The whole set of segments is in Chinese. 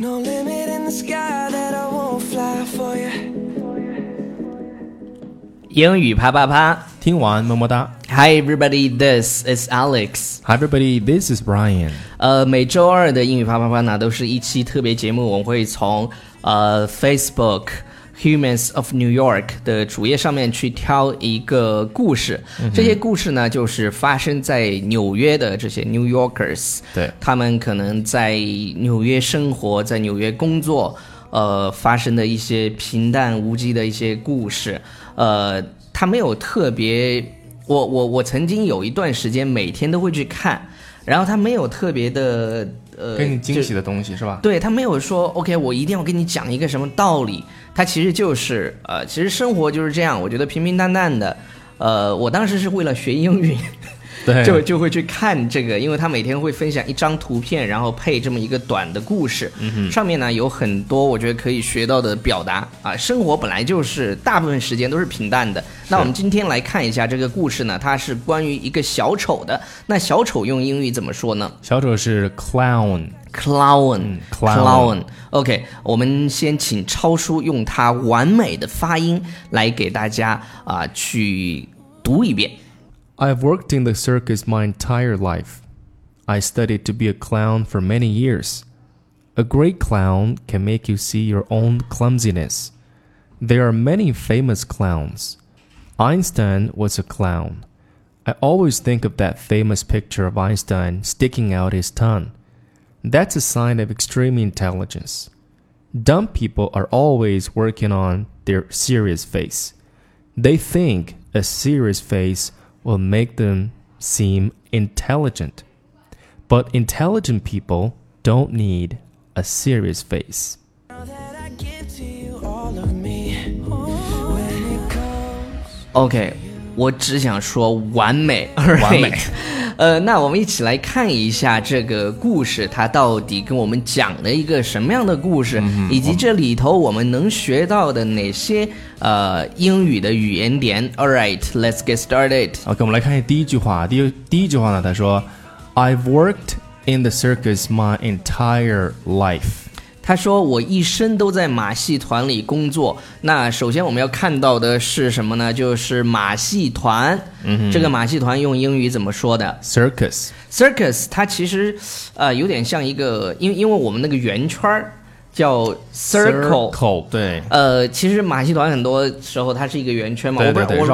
No limit in the sky that I won't fly for you. 英语啪啪啪听完么么哒！Hi everybody, this is Alex。 ，Hi everybody, this is Brian。呃，每周二的英语啪啪啪呢，都是一期特别节目，我们会从呃 Facebook。Humans of New York 的主页上面去挑一个故事，这些故事呢，就是发生在纽约的这些 New Yorkers，对他们可能在纽约生活，在纽约工作，呃，发生的一些平淡无奇的一些故事，呃，他没有特别，我我我曾经有一段时间每天都会去看，然后他没有特别的呃，给你惊就喜的东西是吧？对他没有说 OK，我一定要跟你讲一个什么道理，他其实就是呃，其实生活就是这样，我觉得平平淡淡的。呃，我当时是为了学英 语，对就就会去看这个，因为他每天会分享一张图片，然后配这么一个短的故事，嗯上面呢有很多我觉得可以学到的表达啊。生活本来就是大部分时间都是平淡的，那我们今天来看一下这个故事呢，它是关于一个小丑的。那小丑用英语怎么说呢？小丑呃是 clown， clown、嗯，clown OK，我们先请超叔用他完美的发音来给大家啊、去读一遍。 I've worked in the circus my entire life. I studied to be a clown for many years. A great clown can make you see your own clumsiness. There are many famous clowns. Einstein was a clown. I always think of that famous picture of Einstein sticking out his tongue. That's a sign of extreme intelligence. Dumb people are always working on their serious face. They think a serious face will make them seem intelligent. But intelligent people don't need a serious face. Now that I give to you all of me. When it comes, OK，我只想说完美，完美。 呃，那我们一起来看一下这个故事，它到底跟我们讲了一个什么样的故事，嗯以及这里头我们能学到的哪些呃英语的语言点。All right, let's get started. have worked in the circus my entire life. 他说：“我一生都在马戏团里工作。那首先我们要看到的是什么呢？就是马戏团。嗯、这个马戏团用英语怎么说的 Circus. ？circus。它其实，呃，有点像一个，因为因为我们那个圆圈儿叫 circle。呃，其实马戏团很多时候它是一个圆圈嘛。我不知道我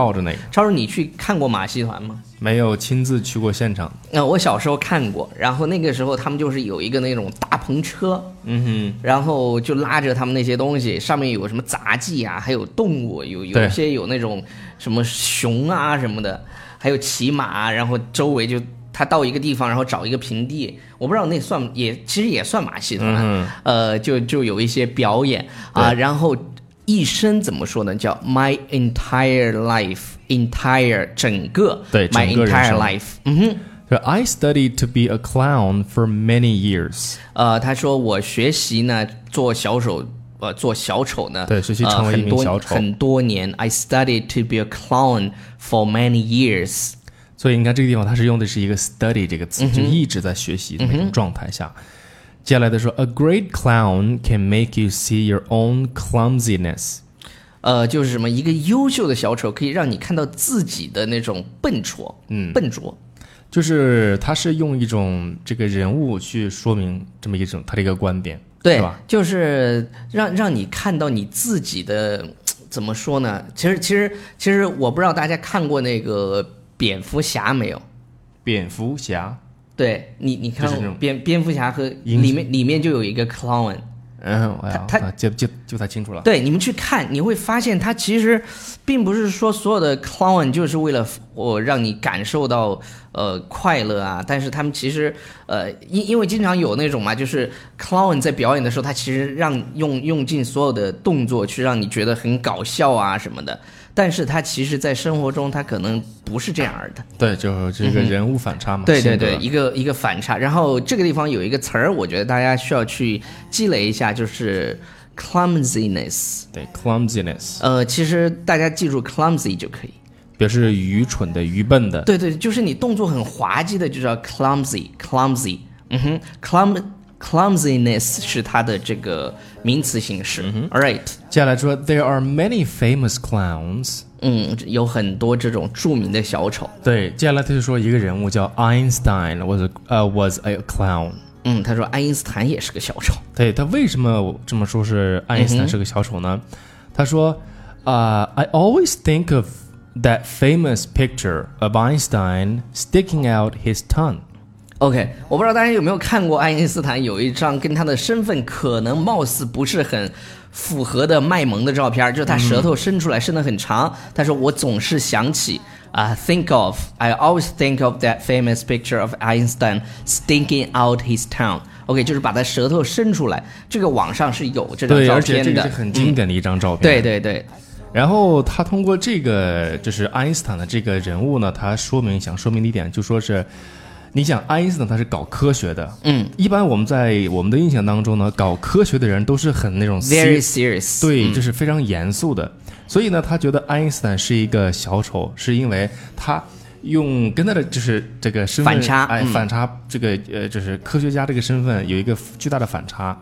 超叔，你去看过马戏团吗？对，绕着那个，没有亲自去过现场。嗯哼，那、呃我小时候看过，然后那个时候他们就是有一个那种大篷车，嗯然后就拉着他们那些东西，上面有什么杂技啊，还有动物，有有对一些有那种什么熊啊什么的，还有骑马啊，然后周围就他到一个地方，然后找一个平地，我不知道那算也其实也算马戏团，嗯呃，就就有一些表演啊，然后一生怎么说呢？叫 my entire life，entire 整个对 my 整个人 entire 生 life，嗯哼。 So I studied to be a clown for many years. 呃，他说我学习呢做小丑，呃，做小丑呢，对学习成为一名呃、很小多丑很多年。I studied to be a clown for many years。所以你看这个地方，它是用的是一个 study 这个嗯词，就一直在学习的那种状态下。接下来他说，A great clown can make you see your own clumsiness。呃，就是什么一个优秀的小丑可以让你看到自己的那种笨拙，嗯，笨拙。就是他是用一种这个人物去说明这么一种他的一个观点，对是吧？，就是让让你看到你自己的，嗯怎么说呢？其实其实其实我不知道大家看过那个蝙蝠侠没有？蝙蝠侠，对你你看就是那过种蝙蝙蝠侠和英里面里面就有一个 clown。嗯，哎呀他他啊记记记不太清楚了。对，你们去看，你会发现它其实并不是说所有的 clown 就是为了我让你感受到呃快乐啊，但是他们其实呃，因因为经常有那种嘛，就是呃 clown 在表演的时候，他其实让用用尽所有的动作去让你觉得很搞笑啊什么的，但是他其实在生活中他可能不是这样儿的。对，就是这个人物反差嘛。嗯对对性格对，一个一个反差。然后这个地方有一个词儿，我觉得大家需要去积累一下，就是 clumsiness。对 clumsiness 呃，其实大家记住 clumsy 就可以。表示愚蠢的、愚笨的。对对，就是你动作很滑稽的，就叫 clumsy，clumsy。嗯哼，clum clumsiness 是它的这个名词形式。All right，接下来说，There are many famous clowns。嗯，有很多这种著名的小丑。对，接下来他就说一个人物叫 Einstein was a 呃、was a clown。嗯，他说爱因斯坦也是个小丑。对他为什么我这么说是爱因斯坦是个小丑呢？他说，啊、i always think of that famous picture of Einstein sticking out his tongue。 OK，我不知道大家有没有看过爱因斯坦有一张跟他的身份可能貌似不是很符合的卖萌的照片，就是他舌头伸出来伸得很长。他说：“我总是想起啊、t h i n k of I always think of that famous picture of Einstein stinking out his tongue。” OK，就是把他舌头伸出来，这个网上是有这张对，照而且这片的嗯个是。很经典的一张照片。对对对，然后他通过这个就是爱因斯坦的这个人物呢，他说明想说明的一点就说是，你想爱因斯坦他是搞科学的，嗯，一般我们在我们的印象当中呢，搞科学的人都是很那种 very serious- serious。对，就是非常严肃的。所以呢，他觉得爱因斯坦是一个小丑，是因为他用跟他的就是这个身份反差哎，嗯反差这个呃，就是科学家这个身份有一个巨大的反差。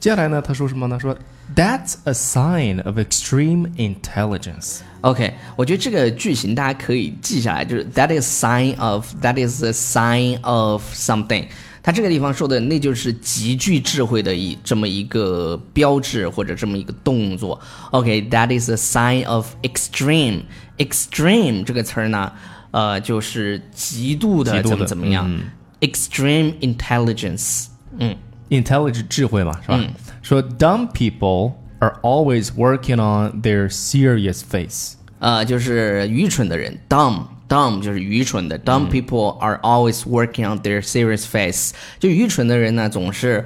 接下来呢，他说什么呢？说 That's a sign of extreme intelligence。 OK，我觉得这个句型大家可以记下来，就是 that is sign of，that is a sign of something。它这个地方说的，那就是极具智慧的一这么一个标志或者这么一个动作。OK，that、is a sign of extreme。extreme 这个词儿呢，呃，就是极度的极度的怎嗯么怎么样、e x t r e m e intelligence。嗯 intelligent 智慧嘛，是吧？说 dumb people are always working on their serious face。呃，就是愚蠢的人，dumb。Dumb 就是愚蠢的，Dumb people are always working on their serious face。就愚蠢的人呢，总是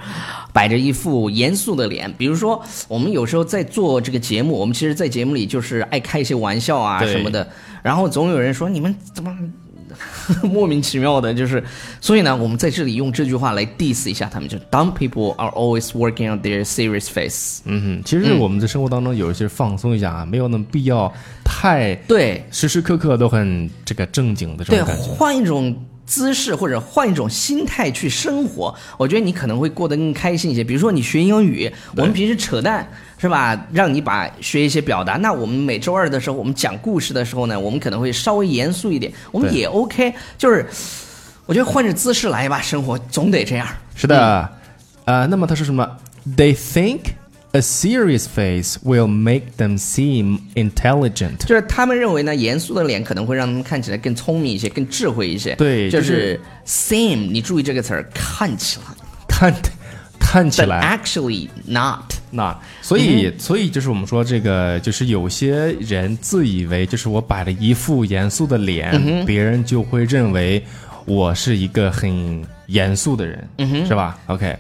摆着一副严肃的脸。比如说，我们有时候在做这个节目，我们其实，在节目里就是爱开一些玩笑啊对什么的，然后总有人说你们怎么 莫名其妙的，就是，所以呢，我们在这里用这句话来 diss 一下他们，就是 Dumb people are always working on their serious face。嗯哼，其实我们在生活当中有一些放松一下啊，没有那么必要太对，时时刻刻都很这个正经的这对，种感觉。换一种姿势或者换一种心态去生活，我觉得你可能会过得更开心一些。比如说你学英语，我们平时扯淡是吧？让你把学一些表达，那我们每周二的时候，我们讲故事的时候呢，我们可能会稍微严肃一点，我们对也 OK。就是我觉得换着姿势来吧，生活总得这样。嗯是的，呃，那么他说什么？They think a serious face will make them seem intelligent。就是他们认为呢，严肃的脸可能会让他们看起来更聪明一些，更智慧一些。对就就是 same，你注意这个词儿，看起来看，看起，but 来 actually not。那，所嗯以，所以就是我们说这个，就是有些人自以为就是我摆了一副严肃的嗯脸，别人就会认为我是一个很严肃的嗯人，是吧？OK，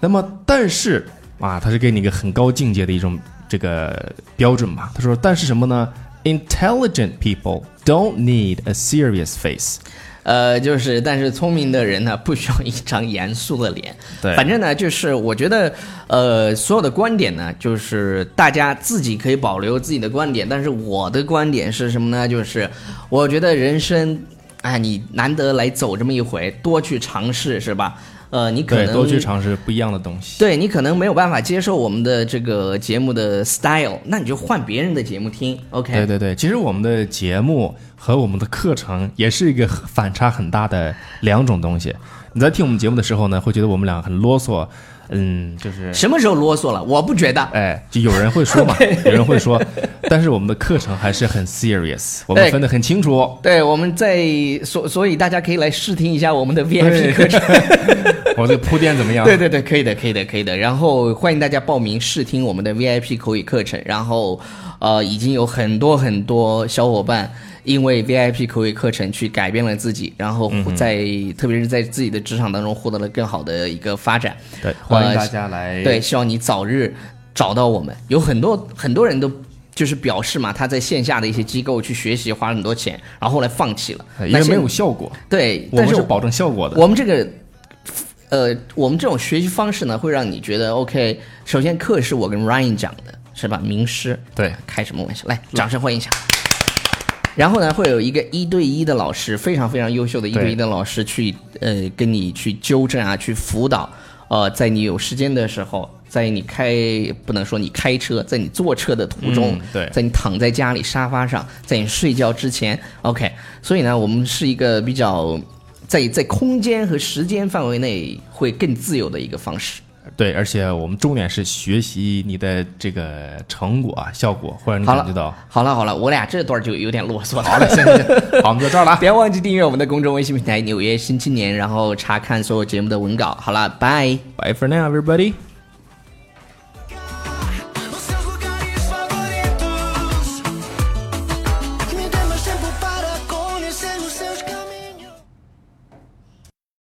那么但是啊，他是给你一个很高境界的一种这个标准吧。他说，但是什么呢？Intelligent people don't need a serious face。呃，就是，但是聪明的人呢，不需要一张严肃的脸。对反正呢，就是我觉得，呃，所有的观点呢，就是大家自己可以保留自己的观点，但是我的观点是什么呢？就是我觉得人生，哎，你难得来走这么一回，多去尝试，是吧？呃，你可对，能多去尝试不一样的东西。对你可能没有办法接受我们的这个节目的 style，那你就换别人的节目听，OK？对对对，其实我们的节目和我们的课程也是一个反差很大的两种东西。你在听我们节目的时候呢，会觉得我们俩很啰嗦，嗯，就是什么时候啰嗦了？我不觉得。哎，就有人会说嘛，有人会说，但是我们的课程还是很 serious，我们对分得很清楚。哦对，我们在所所以大家可以来试听一下我们的 VIP 对啊课程。 我这个铺垫怎么样？对对对，可以的，可以的，可以的。然后欢迎大家报名试听我们的 VIP 口语课程。然后，呃，已经有很多很多小伙伴因为 VIP 口语课程去改变了自己，然后嗯在、特别是在自己的职场当中获得了更好的一个发展。对，欢迎呃大家来。对，希望你早日找到我们。有很多很多人都就是表示嘛，他在线下的一些机构去学习，花了很多钱，然后后来放弃了，呃哎因为那现没有效果，对，我但们是是保证效果的。我们这个，呃，我们这种学习方式呢，会让你觉得 OK。首先，课是我跟 Ryan 讲的，是吧？名师，对开什么玩笑？来，掌声欢迎一下。然后呢，会有一个一对一的老师，非常非常优秀的一对一的老师去，呃，跟你去纠正啊，去辅导。呃，在你有时间的时候，在你开不能说你开车，在你坐车的途中，嗯对在你躺在家里沙发上，在你睡觉之前，OK。所以呢，我们是一个比较在在空间和时间范围内会更自由的一个方式。对，而且我们重点是学习你的这个成果啊，效果，会让你好感觉了到。，好了，好了，我俩这段就有点啰嗦了。好了，行行行，好，我们就到这儿了 啊。别忘记订阅我们的公众微信平台《纽约新青年》，然后查看所有节目的文稿。好了，拜。 Bye for now, everybody.